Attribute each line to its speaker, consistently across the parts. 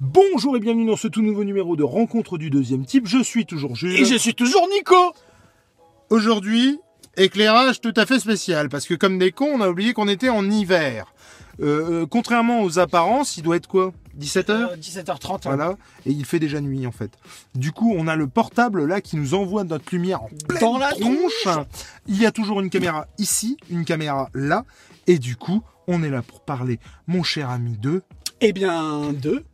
Speaker 1: Bonjour et bienvenue dans ce tout nouveau numéro de Rencontre du deuxième type. Je suis toujours Jules.
Speaker 2: Et je suis toujours Nico
Speaker 3: Aujourd'hui, éclairage tout à fait spécial, parce que comme des cons, on a oublié qu'on était en hiver. Euh, euh, contrairement aux apparences, il doit être quoi 17h
Speaker 2: Euh, 17h30.
Speaker 3: Voilà, et il fait déjà nuit en fait. Du coup, on a le portable là qui nous envoie notre lumière en pleine
Speaker 2: Dans la
Speaker 3: tronche. Il y a toujours une caméra ici, une caméra là, et du coup, on est là pour parler, mon cher ami, de,
Speaker 2: Eh bien, deux.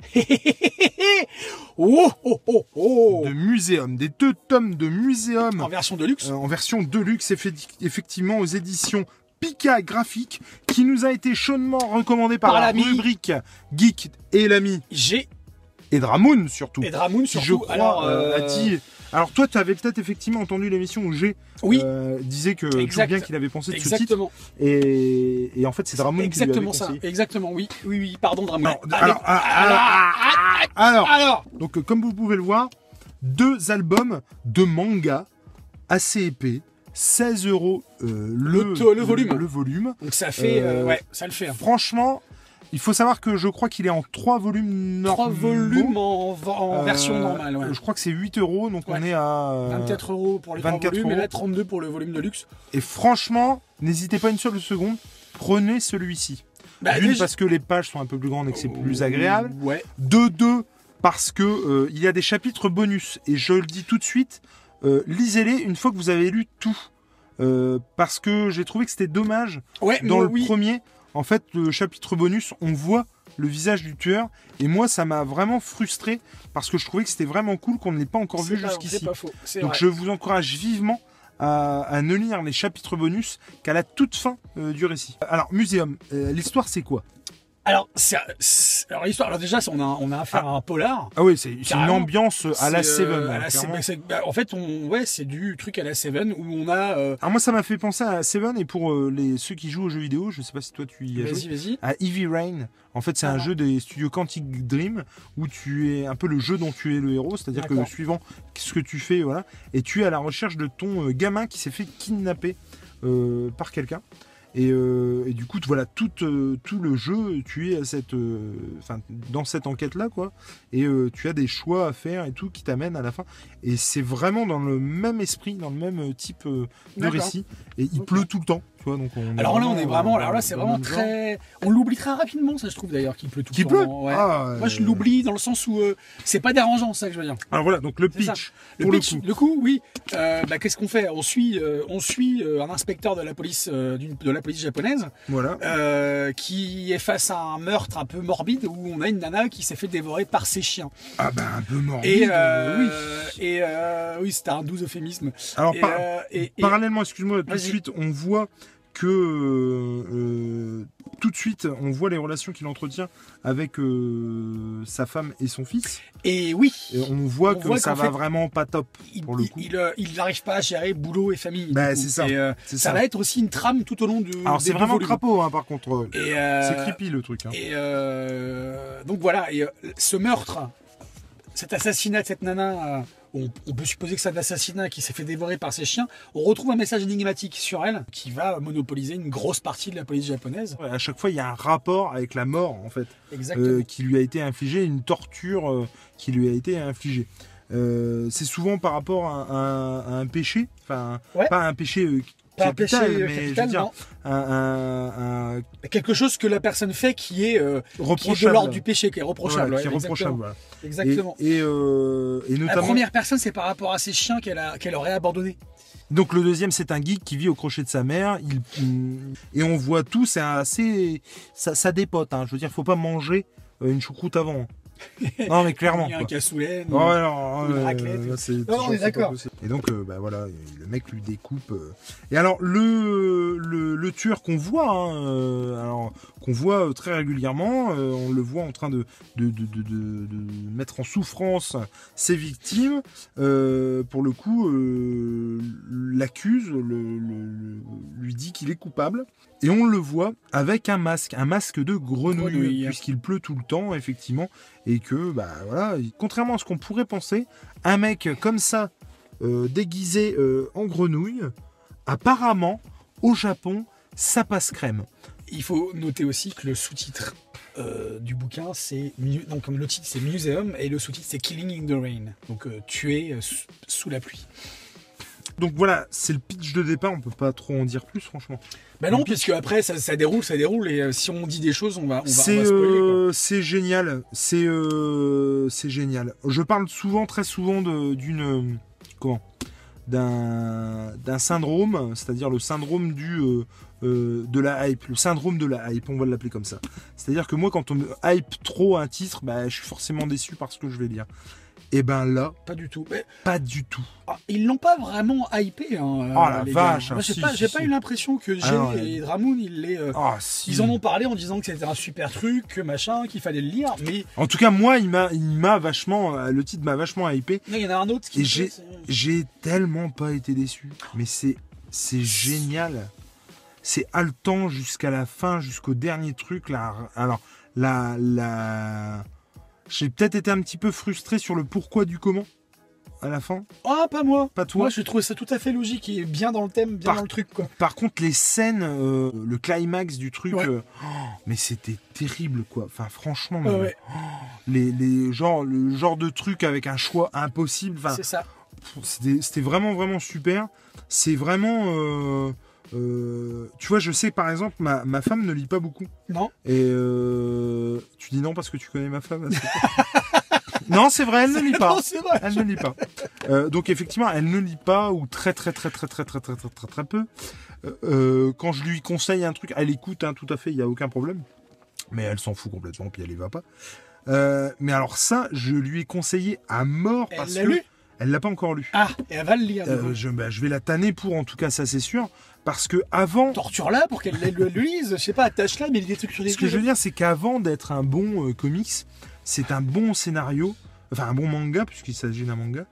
Speaker 2: oh, oh, oh, oh.
Speaker 3: de Muséum, des deux tomes de Muséum.
Speaker 2: En version de luxe.
Speaker 3: Euh, en version Deluxe, effe- effectivement, aux éditions Pika Graphique, qui nous a été chaudement recommandé par,
Speaker 2: Par
Speaker 3: la
Speaker 2: l'ami.
Speaker 3: rubrique Geek et l'ami,
Speaker 2: J'ai
Speaker 3: et Dramoun surtout.
Speaker 2: et Dramoun
Speaker 3: qui,
Speaker 2: surtout.
Speaker 3: je crois,
Speaker 2: Alors,
Speaker 3: euh,
Speaker 2: euh,
Speaker 3: a dit... Alors toi, tu avais peut-être effectivement entendu l'émission où G
Speaker 2: Oui.
Speaker 3: euh, disait que
Speaker 2: Exact.
Speaker 3: tout bien qu'il avait pensé de
Speaker 2: Exactement,
Speaker 3: ce titre, et, et en fait c'est Dramoun qui lui avait
Speaker 2: exactement ça,
Speaker 3: conseillé.
Speaker 2: exactement, oui, oui, oui, pardon Dramoun.
Speaker 3: Alors,
Speaker 2: Allez,
Speaker 3: alors, ah, ah,
Speaker 2: alors,
Speaker 3: Alors,
Speaker 2: alors,
Speaker 3: Donc, euh, comme vous pouvez le voir, deux albums de manga assez épais, 16 euros euh, le,
Speaker 2: Le to- le volume.
Speaker 3: le volume.
Speaker 2: donc ça fait, euh,
Speaker 3: Euh,
Speaker 2: ouais, ça le fait. hein.
Speaker 3: Franchement, il faut savoir que je crois qu'il est en trois volumes normaux.
Speaker 2: Trois volumes en, en
Speaker 3: Euh,
Speaker 2: version normale, ouais.
Speaker 3: Je crois que c'est 8 euros, donc on
Speaker 2: Ouais.
Speaker 3: est à. euh,
Speaker 2: 24 euros pour les
Speaker 3: 24
Speaker 2: trois volumes, et
Speaker 3: euros.
Speaker 2: là 32 pour le volume de luxe.
Speaker 3: Et franchement, n'hésitez pas une seule seconde, prenez celui-ci.
Speaker 2: Bah,
Speaker 3: D'une,
Speaker 2: déjà- Oh, euh,
Speaker 3: parce que les pages sont un peu plus grandes et que c'est plus agréable.
Speaker 2: Ouais.
Speaker 3: De deux, parce que euh, il y a des chapitres bonus. Et je le dis tout de suite, euh, lisez-les une fois que vous avez lu tout. Euh, parce que j'ai trouvé que c'était dommage.
Speaker 2: Ouais,
Speaker 3: Dans
Speaker 2: mais
Speaker 3: le
Speaker 2: Eh oui.
Speaker 3: premier, en fait, le chapitre bonus, on voit le visage du tueur. Et moi, ça m'a vraiment frustré parce que je trouvais que c'était vraiment cool qu'on ne l'ait pas encore
Speaker 2: C'est
Speaker 3: vu
Speaker 2: pas-
Speaker 3: jusqu'ici.
Speaker 2: C'est pas faux. C'est
Speaker 3: Donc
Speaker 2: vrai.
Speaker 3: je vous encourage vivement à, à ne lire les chapitres bonus qu'à la toute fin euh, du récit. Alors, Muséum, euh, l'histoire c'est quoi
Speaker 2: Alors, c'est- c'est- alors l'histoire. Alors déjà, c'est- on a, on a affaire à un polar.
Speaker 3: Ah oui, c'est c'est une
Speaker 2: Carrément.
Speaker 3: ambiance à la
Speaker 2: C'est, euh,
Speaker 3: Seven.
Speaker 2: à
Speaker 3: hein,
Speaker 2: la
Speaker 3: clairement.
Speaker 2: Seven, c'est- bah, en fait, on, ouais, c'est du truc à la Seven où on a. euh,
Speaker 3: Alors Ah, moi ça m'a fait penser à Seven et pour euh, les, ceux qui jouent aux jeux vidéo, je sais pas si toi tu y as joué,
Speaker 2: vas-y, vas-y.
Speaker 3: à Ah, Heavy Rain. En fait c'est
Speaker 2: Ah
Speaker 3: un
Speaker 2: non.
Speaker 3: jeu des studios Quantic Dream où tu es un peu le jeu dont tu es le héros, c'est-à-dire que
Speaker 2: D'accord.
Speaker 3: suivant ce que tu fais, voilà, et tu es à la recherche de ton euh, gamin qui s'est fait kidnapper euh, par quelqu'un. Et, euh, et du coup, t- voilà, tout, euh, tout le jeu, tu es à cette, euh, enfin, dans cette enquête-là, quoi. Et euh, tu as des choix à faire et tout qui t'amènent à la fin. Et c'est vraiment dans le même esprit, dans le même euh, type euh, de
Speaker 2: D'accord.
Speaker 3: récit. Et il
Speaker 2: Ok.
Speaker 3: pleut tout le temps, tu vois. Donc on
Speaker 2: Alors là, on est vraiment. Alors là, c'est
Speaker 3: dans
Speaker 2: vraiment
Speaker 3: le genre.
Speaker 2: très. On l'oublie très rapidement, ça, je trouve d'ailleurs, qu'il pleut tout
Speaker 3: Qui
Speaker 2: le
Speaker 3: pleut
Speaker 2: temps. ouais.
Speaker 3: Ah,
Speaker 2: Moi, je
Speaker 3: euh,
Speaker 2: l'oublie dans le sens où euh, c'est pas dérangeant, c'est ça que je veux dire.
Speaker 3: Alors ah, voilà, donc le
Speaker 2: C'est ça.
Speaker 3: pitch.
Speaker 2: Le
Speaker 3: Pour le
Speaker 2: pitch,
Speaker 3: coup.
Speaker 2: oui. Euh, bah, qu'est-ce qu'on fait On suit, euh, on suit euh, un inspecteur de la police, euh, d'une- de la police japonaise,
Speaker 3: Voilà.
Speaker 2: euh, qui est face à un meurtre un peu morbide où on a une nana qui s'est fait dévorer par ses chiens.
Speaker 3: Ah bah un peu morbide.
Speaker 2: Et,
Speaker 3: oui.
Speaker 2: euh, et euh, oui, c'était un doux euphémisme.
Speaker 3: Alors,
Speaker 2: et,
Speaker 3: par-
Speaker 2: euh, et- et-
Speaker 3: parallèlement, excuse-moi, tout de
Speaker 2: Vas-y.
Speaker 3: suite, on voit que euh, tout de suite, on voit les relations qu'il entretient avec euh, sa femme et son fils.
Speaker 2: et oui,
Speaker 3: Et on voit
Speaker 2: On
Speaker 3: que
Speaker 2: voit
Speaker 3: ça
Speaker 2: qu'en
Speaker 3: va
Speaker 2: fait-
Speaker 3: vraiment pas top.
Speaker 2: il
Speaker 3: pour le coup.
Speaker 2: il- il, euh, il n'arrive pas à gérer boulot et famille. du
Speaker 3: Bah,
Speaker 2: coup.
Speaker 3: c'est ça.
Speaker 2: Et, euh,
Speaker 3: C'est
Speaker 2: ça
Speaker 3: ça.
Speaker 2: va être aussi une trame tout au long du.
Speaker 3: Alors c'est
Speaker 2: des deux
Speaker 3: vraiment
Speaker 2: volumes.
Speaker 3: crapaud, hein, par contre.
Speaker 2: Et, euh,
Speaker 3: C'est creepy le truc. hein.
Speaker 2: Et euh, donc voilà, et euh, ce meurtre, cet assassinat de cette nana, euh, on, on peut supposer que c'est un assassinat qui s'est fait dévorer par ses chiens, on retrouve un message énigmatique sur elle qui va monopoliser une grosse partie de la police japonaise.
Speaker 3: Ouais, À chaque fois, il y a un rapport avec la mort, en fait,
Speaker 2: Exactement.
Speaker 3: euh, qui lui a été infligée, une torture euh, qui lui a été infligée. Euh, c'est souvent par rapport à, un- à un péché, enfin,
Speaker 2: Ouais.
Speaker 3: pas un péché euh,
Speaker 2: Pas un péché,
Speaker 3: capital,
Speaker 2: euh,
Speaker 3: mais je veux
Speaker 2: capital,
Speaker 3: dire,
Speaker 2: non.
Speaker 3: un- un- un
Speaker 2: Quelque chose que la personne fait qui est, euh, qui est de
Speaker 3: reprochable.
Speaker 2: l'ordre du péché, qui est reprochable.
Speaker 3: Voilà, qui
Speaker 2: ouais,
Speaker 3: est reprochable. voilà. Et-
Speaker 2: Exactement. exactement.
Speaker 3: Et, euh, et
Speaker 2: La
Speaker 3: notamment.
Speaker 2: première personne, c'est par rapport à ses chiens qu'elle a- qu'elle aurait abandonné.
Speaker 3: Donc le deuxième, c'est un geek qui vit au crochet de sa mère. Il mm, et on voit tout. C'est un assez. Ça, ça dépote. hein. Je veux dire, faut pas manger euh, une choucroute avant. Non mais clairement.
Speaker 2: Il y a un
Speaker 3: quoi.
Speaker 2: cassoulet.
Speaker 3: Ouais, alors,
Speaker 2: Ou une
Speaker 3: euh,
Speaker 2: raclette.
Speaker 3: là, c'est
Speaker 2: non, on
Speaker 3: c'est
Speaker 2: est
Speaker 3: pas
Speaker 2: d'accord.
Speaker 3: possible. Et donc, euh, bah voilà, et le mec lui découpe. euh. Et alors, le, le, le tueur qu'on voit, hein, euh, alors qu'on voit euh, très régulièrement, euh, on le voit en train de, de, de, de, de- de mettre en souffrance ses victimes. euh, pour le coup, euh, l'accuse, le, le- le- lui dit qu'il est coupable. Et on le voit avec un masque, un masque de grenouille,
Speaker 2: Grenouille.
Speaker 3: puisqu'il pleut tout le temps, effectivement et que bah voilà, contrairement à ce qu'on pourrait penser, un mec comme ça euh, déguisé euh, en grenouille, apparemment au Japon, ça passe crème.
Speaker 2: Il faut noter aussi que le sous-titre euh, du bouquin, c'est Mu- donc comme le titre c'est Museum et le sous-titre c'est Killing in the Rain, donc euh, tuer euh, sous- sous la pluie.
Speaker 3: Donc voilà, c'est le pitch de départ, on peut pas trop en dire plus franchement.
Speaker 2: Ben non, puisque après ça, ça déroule, ça déroule et euh, si on dit des choses, on va, on va, on va
Speaker 3: C'est
Speaker 2: spoiler. quoi.
Speaker 3: euh, c'est génial, c'est euh, c'est génial. Je parle souvent, très souvent de- d'une euh, comment d'un d'un syndrome, c'est-à-dire le syndrome du euh, euh, de la hype, le syndrome de la hype, on va l'appeler comme ça. C'est-à-dire que moi, quand on me hype trop un titre, bah, je suis forcément déçu par ce que je vais lire. Et ben là,
Speaker 2: Pas du tout. Mais,
Speaker 3: pas du tout.
Speaker 2: ah, ils l'ont pas vraiment hypé. Hein, euh,
Speaker 3: Oh la
Speaker 2: les
Speaker 3: vache,
Speaker 2: gars. Moi,
Speaker 3: hein,
Speaker 2: j'ai
Speaker 3: si,
Speaker 2: pas,
Speaker 3: si,
Speaker 2: j'ai
Speaker 3: si.
Speaker 2: pas eu l'impression que Jay
Speaker 3: non,
Speaker 2: et Dramoun ils les, euh,
Speaker 3: Ah, si.
Speaker 2: ils en ont parlé en disant que c'était un super truc, que machin, qu'il fallait le lire, mais
Speaker 3: En tout cas, moi, il m'a, il m'a vachement, euh, le titre m'a vachement hypé.
Speaker 2: là, il y en a un autre qui.
Speaker 3: Et j'ai- J'ai tellement pas été déçu. Mais c'est, c'est génial. C'est haletant jusqu'à la fin, jusqu'au dernier truc. Là. Alors, la, la... j'ai peut-être été un petit peu frustré sur le pourquoi du comment à la fin.
Speaker 2: Ah, pas moi.
Speaker 3: Pas toi.
Speaker 2: Moi, je trouve ça tout à fait logique et bien dans le thème, bien
Speaker 3: Par-
Speaker 2: dans le truc, quoi.
Speaker 3: Par contre, les scènes, euh, le climax du truc,
Speaker 2: Ouais.
Speaker 3: euh, oh, mais c'était terrible, quoi. Enfin, franchement,
Speaker 2: Ouais,
Speaker 3: mais-
Speaker 2: ouais,
Speaker 3: les, les genre, le genre de truc avec un choix impossible. Enfin,
Speaker 2: c'est ça.
Speaker 3: C'était c'était vraiment, vraiment super. C'est vraiment. euh, euh, tu vois, je sais, par exemple, ma, ma femme ne lit pas beaucoup.
Speaker 2: Non.
Speaker 3: Et euh, tu dis non parce que tu connais ma femme. non, c'est vrai, elle ne lit pas.
Speaker 2: Non, c'est vrai.
Speaker 3: Elle ne lit pas. Euh, donc effectivement, elle ne lit pas ou très très très très très très très très très très peu. Euh, euh, quand je lui conseille un truc, elle écoute hein, tout à fait, il n'y a aucun problème. Mais elle s'en fout complètement, puis elle y va pas. Euh, mais alors ça, je lui ai conseillé à mort
Speaker 2: Elle
Speaker 3: parce
Speaker 2: l'a
Speaker 3: que
Speaker 2: lu.
Speaker 3: elle l'a pas encore lu.
Speaker 2: Ah, et elle va le lire.
Speaker 3: Euh, je, bah, je vais la tanner pour, en tout cas, ça c'est sûr, parce que avant,
Speaker 2: Torture-la pour qu'elle le, le lise. Je sais pas, attache-la, mais il y a des trucs sur les
Speaker 3: ce que
Speaker 2: yeux.
Speaker 3: je veux dire, c'est qu'avant d'être un bon euh, comics, c'est un bon scénario, enfin un bon manga, puisqu'il s'agit d'un manga.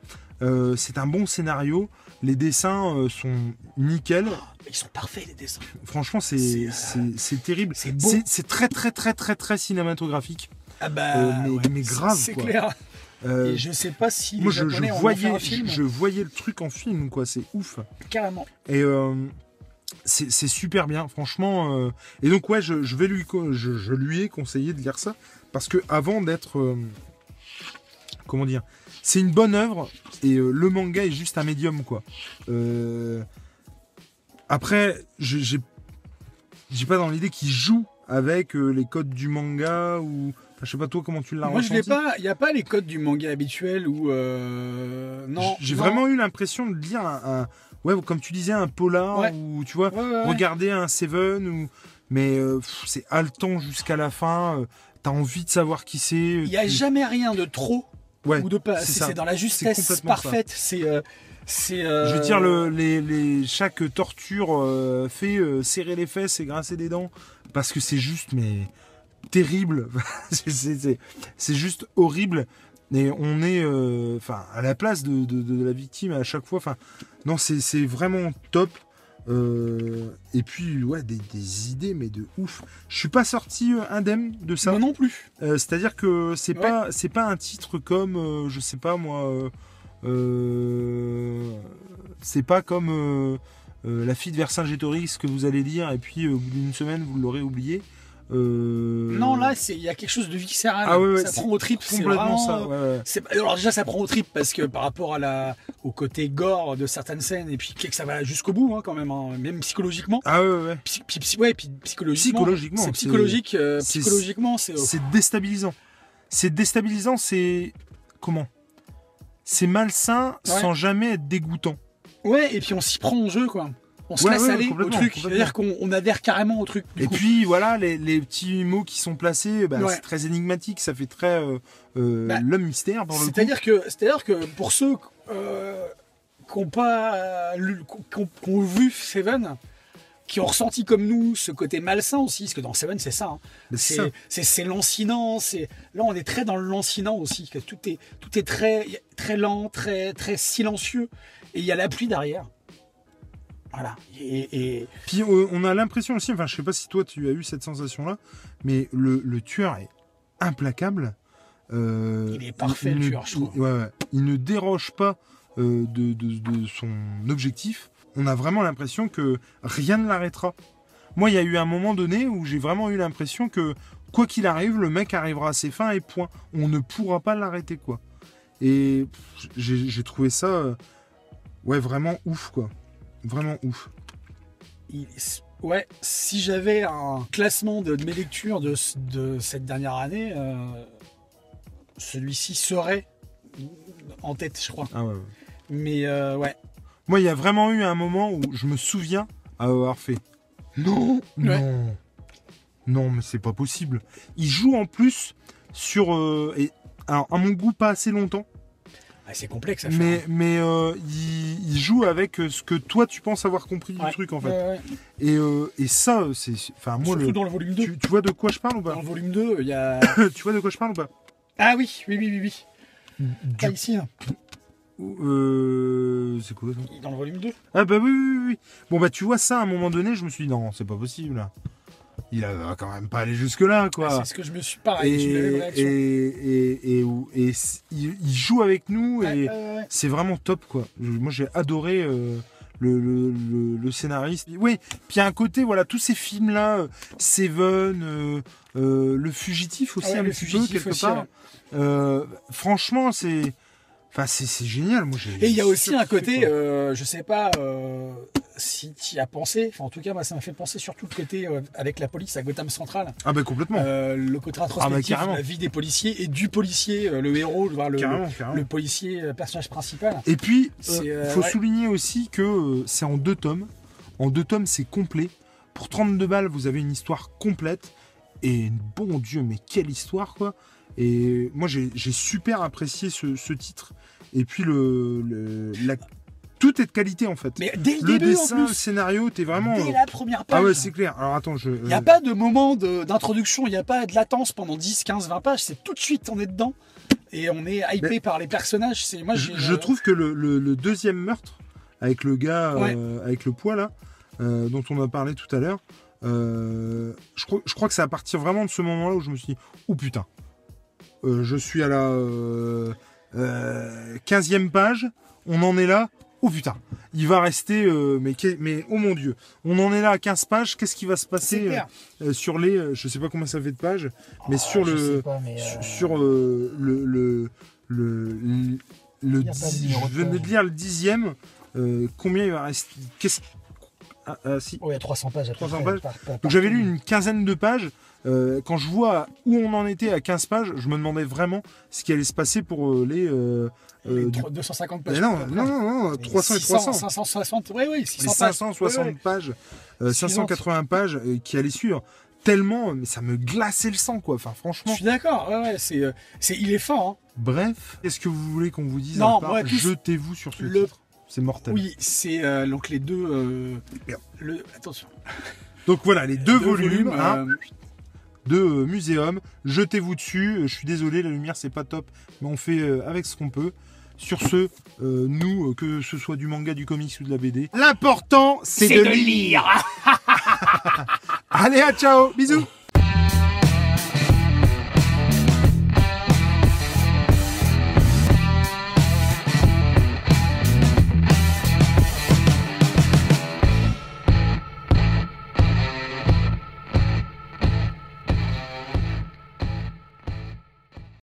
Speaker 3: euh, c'est un bon scénario, les dessins euh, sont nickel.
Speaker 2: Ils sont parfaits, les dessins.
Speaker 3: Franchement,
Speaker 2: C'est,
Speaker 3: c'est
Speaker 2: euh,
Speaker 3: c'est- c'est terrible.
Speaker 2: c'est beau.
Speaker 3: C'est c'est très très très très très cinématographique.
Speaker 2: Ah bah.
Speaker 3: Euh, mais-
Speaker 2: ouais,
Speaker 3: mais
Speaker 2: c'est-
Speaker 3: grave,
Speaker 2: C'est
Speaker 3: quoi.
Speaker 2: clair.
Speaker 3: Euh,
Speaker 2: Et je sais pas si.
Speaker 3: moi,
Speaker 2: les
Speaker 3: je, je
Speaker 2: Japonais en ont fait
Speaker 3: voyais,
Speaker 2: un film.
Speaker 3: je, je voyais le truc en film, quoi. C'est ouf.
Speaker 2: Carrément.
Speaker 3: Et euh, c'est c'est super bien, franchement. euh, et donc ouais, je, je vais lui, co- je, je lui ai conseillé de lire ça parce que avant d'être, euh, comment dire, c'est une bonne œuvre et euh, le manga est juste un médium quoi. Euh, après, je- j'ai, j'ai pas dans l'idée qu'il joue avec euh, les codes du manga ou, enfin, je sais pas toi comment tu l'as
Speaker 2: Moi, je l'ai
Speaker 3: ressenti.
Speaker 2: pas. Il n'y a pas les codes du manga habituel ou. euh, Non.
Speaker 3: J'ai
Speaker 2: non.
Speaker 3: vraiment eu l'impression de lire un, un- ouais, comme tu disais, un polar
Speaker 2: Ouais.
Speaker 3: ou tu vois.
Speaker 2: Ouais, ouais, ouais.
Speaker 3: Regardez un Seven ou mais euh, pff, c'est haletant jusqu'à la fin. euh, T'as envie de savoir qui c'est. euh,
Speaker 2: Il n'y a
Speaker 3: tu-
Speaker 2: jamais rien de trop
Speaker 3: Ouais.
Speaker 2: ou de pas.
Speaker 3: c'est
Speaker 2: C'est
Speaker 3: ça.
Speaker 2: c'est dans la
Speaker 3: C'est
Speaker 2: justesse
Speaker 3: complètement ça.
Speaker 2: parfaite. C'est. euh, c'est.
Speaker 3: Je veux
Speaker 2: euh,
Speaker 3: dire le, les, les- chaque torture euh, fait euh, serrer les fesses et grincer des dents parce que c'est juste mais terrible. C'est- c'est c'est- c'est juste horrible. Et on est euh, enfin à la place de, de- de la victime à chaque fois. Enfin non c'est c'est vraiment top. Euh, et puis ouais des, des idées mais de ouf. Je suis pas sorti euh, indemne de ça.
Speaker 2: Moi non plus.
Speaker 3: Euh, c'est-à-dire que c'est
Speaker 2: Ouais.
Speaker 3: pas c'est pas un titre comme euh, je sais pas moi euh, euh, c'est pas comme euh, euh, la fille de Vercingétorix que vous allez lire et puis euh, au bout d'une semaine vous l'aurez oublié. Euh,
Speaker 2: Non, là, c'est- il y a quelque chose de viscéral.
Speaker 3: Ah ouais, ouais,
Speaker 2: ça
Speaker 3: c'est
Speaker 2: prend au trip. C'est
Speaker 3: complètement
Speaker 2: vraiment,
Speaker 3: ça. ouais, ouais.
Speaker 2: C'est- Alors déjà ça prend au trip parce que par rapport à la, au côté gore de certaines scènes et puis que ça va jusqu'au bout hein, quand même, hein, même psychologiquement.
Speaker 3: Ah ouais, ouais, ouais.
Speaker 2: Psy- psy- psy- ouais, puis psychologiquement.
Speaker 3: Psychologiquement,
Speaker 2: C'est psychologique. euh,
Speaker 3: c'est-
Speaker 2: psychologiquement, c'est.
Speaker 3: C'est déstabilisant. C'est déstabilisant. C'est comment C'est malsain
Speaker 2: Ouais.
Speaker 3: sans jamais être dégoûtant.
Speaker 2: Ouais, et puis on s'y prend en jeu quoi. On se
Speaker 3: Ouais,
Speaker 2: laisse
Speaker 3: ouais,
Speaker 2: aller au
Speaker 3: complètement,
Speaker 2: truc.
Speaker 3: complètement.
Speaker 2: C'est-à-dire qu'on on adhère carrément au truc. du
Speaker 3: Et
Speaker 2: coup.
Speaker 3: puis voilà, les, les petits mots qui sont placés, bah,
Speaker 2: Ouais.
Speaker 3: c'est très énigmatique, ça fait très euh, euh,
Speaker 2: Bah,
Speaker 3: l'homme mystère dans le coup.
Speaker 2: C'est-à-dire que, c'est-à-dire que pour ceux euh, qui n'ont pas lu- qui ont- qui ont vu Seven, qui ont ressenti comme nous ce côté malsain aussi, parce que dans Seven c'est ça. hein.
Speaker 3: Mais c'est ça.
Speaker 2: C'est- C'est c'est lancinant. C'est là on est très dans le lancinant aussi. que tout est tout est très très lent, très très silencieux. Et il y a la pluie derrière. Voilà. Et, et-
Speaker 3: Puis euh, on a l'impression aussi, enfin je sais pas si toi tu as eu cette sensation là, mais le, le tueur est implacable. Euh,
Speaker 2: Il est parfait, le
Speaker 3: ne-
Speaker 2: tueur, je trouve.
Speaker 3: Il, ouais, ouais. Il ne déroge pas euh, de, de- de son objectif. On a vraiment l'impression que rien ne l'arrêtera. Moi, il y a eu un moment donné où j'ai vraiment eu l'impression que, quoi qu'il arrive, le mec arrivera à ses fins et point. On ne pourra pas l'arrêter, quoi. Et pff, j'ai j'ai trouvé ça, euh, ouais, vraiment ouf, quoi. Vraiment ouf.
Speaker 2: Il- ouais, si j'avais un classement de, de mes lectures de, ce- de cette dernière année, euh, celui-ci serait en tête, je crois.
Speaker 3: Ah ouais, ouais.
Speaker 2: Mais euh, ouais,
Speaker 3: Moi, il y a vraiment eu un moment où je me souviens avoir fait. Non,
Speaker 2: Ouais.
Speaker 3: non, non, mais c'est pas possible. Il joue en plus sur, euh, et, alors, à mon goût, pas assez longtemps.
Speaker 2: Ah, c'est complexe à faire.
Speaker 3: Mais, mais euh, il, il joue avec euh, ce que toi tu penses avoir compris
Speaker 2: Ouais.
Speaker 3: du truc en fait.
Speaker 2: Ouais, ouais.
Speaker 3: Et, euh, et ça, euh, c'est. c'est- Enfin, moi,
Speaker 2: Surtout
Speaker 3: le,
Speaker 2: dans le volume 2.
Speaker 3: tu, tu vois de quoi je parle ou
Speaker 2: Dans
Speaker 3: pas
Speaker 2: le volume 2, il y a.
Speaker 3: Tu vois de quoi je parle ou pas
Speaker 2: ah oui, oui, oui, oui. oui.
Speaker 3: Du-
Speaker 2: Pas ici, hein.
Speaker 3: euh, C'est quoi ça
Speaker 2: dans le volume 2.
Speaker 3: Ah bah oui, oui, oui, oui. Bon bah tu vois ça, à un moment donné, je me suis dit non, c'est pas possible. Il a- va quand même pas aller jusque là, quoi.
Speaker 2: Ah, C'est ce que je me suis. Pareil, j'ai eu la même
Speaker 3: Ah. et, et,
Speaker 2: réaction.
Speaker 3: et, et, où- et s- il, il joue avec nous
Speaker 2: Ouais,
Speaker 3: et
Speaker 2: ouais, ouais.
Speaker 3: c'est vraiment top quoi. Je- Moi j'ai adoré euh, le, le, le- le scénariste. Oui, puis il y a un côté, voilà, tous ces films là, Seven, euh, euh, Le Fugitif aussi,
Speaker 2: Ah ouais,
Speaker 3: un
Speaker 2: Le
Speaker 3: petit
Speaker 2: Fugitif
Speaker 3: peu quelque
Speaker 2: aussi,
Speaker 3: part.
Speaker 2: ouais.
Speaker 3: Euh, franchement, c'est. Enfin, c'est c'est génial. Moi, j'ai-
Speaker 2: Et il y a
Speaker 3: j'ai
Speaker 2: aussi un
Speaker 3: surkiffé,
Speaker 2: côté,
Speaker 3: quoi.
Speaker 2: euh, je sais pas euh, si tu y as pensé, enfin en tout cas moi ça m'a fait penser surtout le côté euh, avec la police à Gotham Central,
Speaker 3: Ah, bah complètement.
Speaker 2: Euh, le côté introspectif
Speaker 3: carrément.
Speaker 2: de la vie des policiers et du policier, euh, le héros, voire le,
Speaker 3: carrément, carrément.
Speaker 2: le policier euh, personnage principal.
Speaker 3: Et puis,
Speaker 2: C'est,
Speaker 3: il
Speaker 2: euh,
Speaker 3: faut
Speaker 2: ouais.
Speaker 3: souligner aussi que euh, c'est en deux tomes. En deux tomes, c'est complet. Pour 32 balles, vous avez une histoire complète. Et bon Dieu, mais quelle histoire, quoi. Et moi, j'ai j'ai super apprécié ce, ce titre. Et puis, le, le- la- tout est de qualité, en fait.
Speaker 2: Mais dès le,
Speaker 3: le
Speaker 2: début
Speaker 3: dessin,
Speaker 2: en
Speaker 3: le
Speaker 2: plus,
Speaker 3: scénario, t'es vraiment...
Speaker 2: dès la première page.
Speaker 3: Ah ouais, c'est clair. Alors, attends, je...
Speaker 2: Il n'y a pas de moment de- d'introduction, il n'y a pas de latence pendant 10, 15, 20 pages, c'est tout de suite, on est dedans. Et on est hypé
Speaker 3: Mais-
Speaker 2: par les personnages. C'est moi
Speaker 3: je,
Speaker 2: j'ai,
Speaker 3: je
Speaker 2: euh,
Speaker 3: trouve que le, le- le deuxième meurtre avec le gars euh, avec le poids là euh, dont on a parlé tout à l'heure euh, je, crois, je crois que c'est à partir vraiment de ce moment là où je me suis dit oh putain Euh, je suis à la euh, euh, 15e page on en est là oh putain il va rester euh, mais, qu'est- mais oh mon dieu on en est là à 15 pages qu'est-ce qui va se
Speaker 2: c'est
Speaker 3: passer
Speaker 2: clair.
Speaker 3: euh, euh, sur les euh, je sais pas combien ça fait de pages mais
Speaker 2: Ah,
Speaker 3: sur
Speaker 2: je
Speaker 3: le-
Speaker 2: sais pas, mais, euh,
Speaker 3: sur, sur, euh, le le le, le- le
Speaker 2: Il y a pas de
Speaker 3: dix-
Speaker 2: numéro
Speaker 3: je
Speaker 2: de
Speaker 3: venais
Speaker 2: page.
Speaker 3: de lire le dixième euh, combien il va rester qu'est-ce ah, ah, si.
Speaker 2: Ouais, 300 pages. à peu
Speaker 3: 300
Speaker 2: près,
Speaker 3: pages.
Speaker 2: par- par- par
Speaker 3: donc j'avais lu
Speaker 2: film.
Speaker 3: une quinzaine de pages Euh, quand je vois où on en était à 15 pages je me demandais vraiment ce qui allait se passer pour euh, les euh, euh,
Speaker 2: Les
Speaker 3: du-
Speaker 2: trois- 250
Speaker 3: Mais
Speaker 2: pages.
Speaker 3: non, non, non, non, 300 et 300.
Speaker 2: 560, oui, oui, 600
Speaker 3: les 560
Speaker 2: pages. Ouais, ouais.
Speaker 3: pages, euh,
Speaker 2: Suivante.
Speaker 3: 580 pages euh, qui allaient suivre. Tellement, mais ça me glaçait le sang, quoi. Enfin,
Speaker 2: Je
Speaker 3: franchement.
Speaker 2: suis d'accord, ouais, ouais, c'est, euh, c'est, il est fort. hein.
Speaker 3: Bref, est-ce que vous voulez qu'on vous dise
Speaker 2: Non,
Speaker 3: à part
Speaker 2: moi, tous-
Speaker 3: jetez-vous sur ce
Speaker 2: Le-
Speaker 3: titre C'est mortel.
Speaker 2: Oui, c'est euh, donc les deux. euh,
Speaker 3: Merde.
Speaker 2: le, attention,
Speaker 3: Donc voilà, les deux, volumes, hein,
Speaker 2: euh,
Speaker 3: de euh, Muséum. Jetez-vous dessus. Euh, Je suis désolé, la lumière, c'est pas top, mais on fait euh, avec ce qu'on peut. Sur ce, euh, nous, euh, que ce soit du manga, du comics ou de la BD, l'important, c'est de, lire. Allez, à ciao, bisous.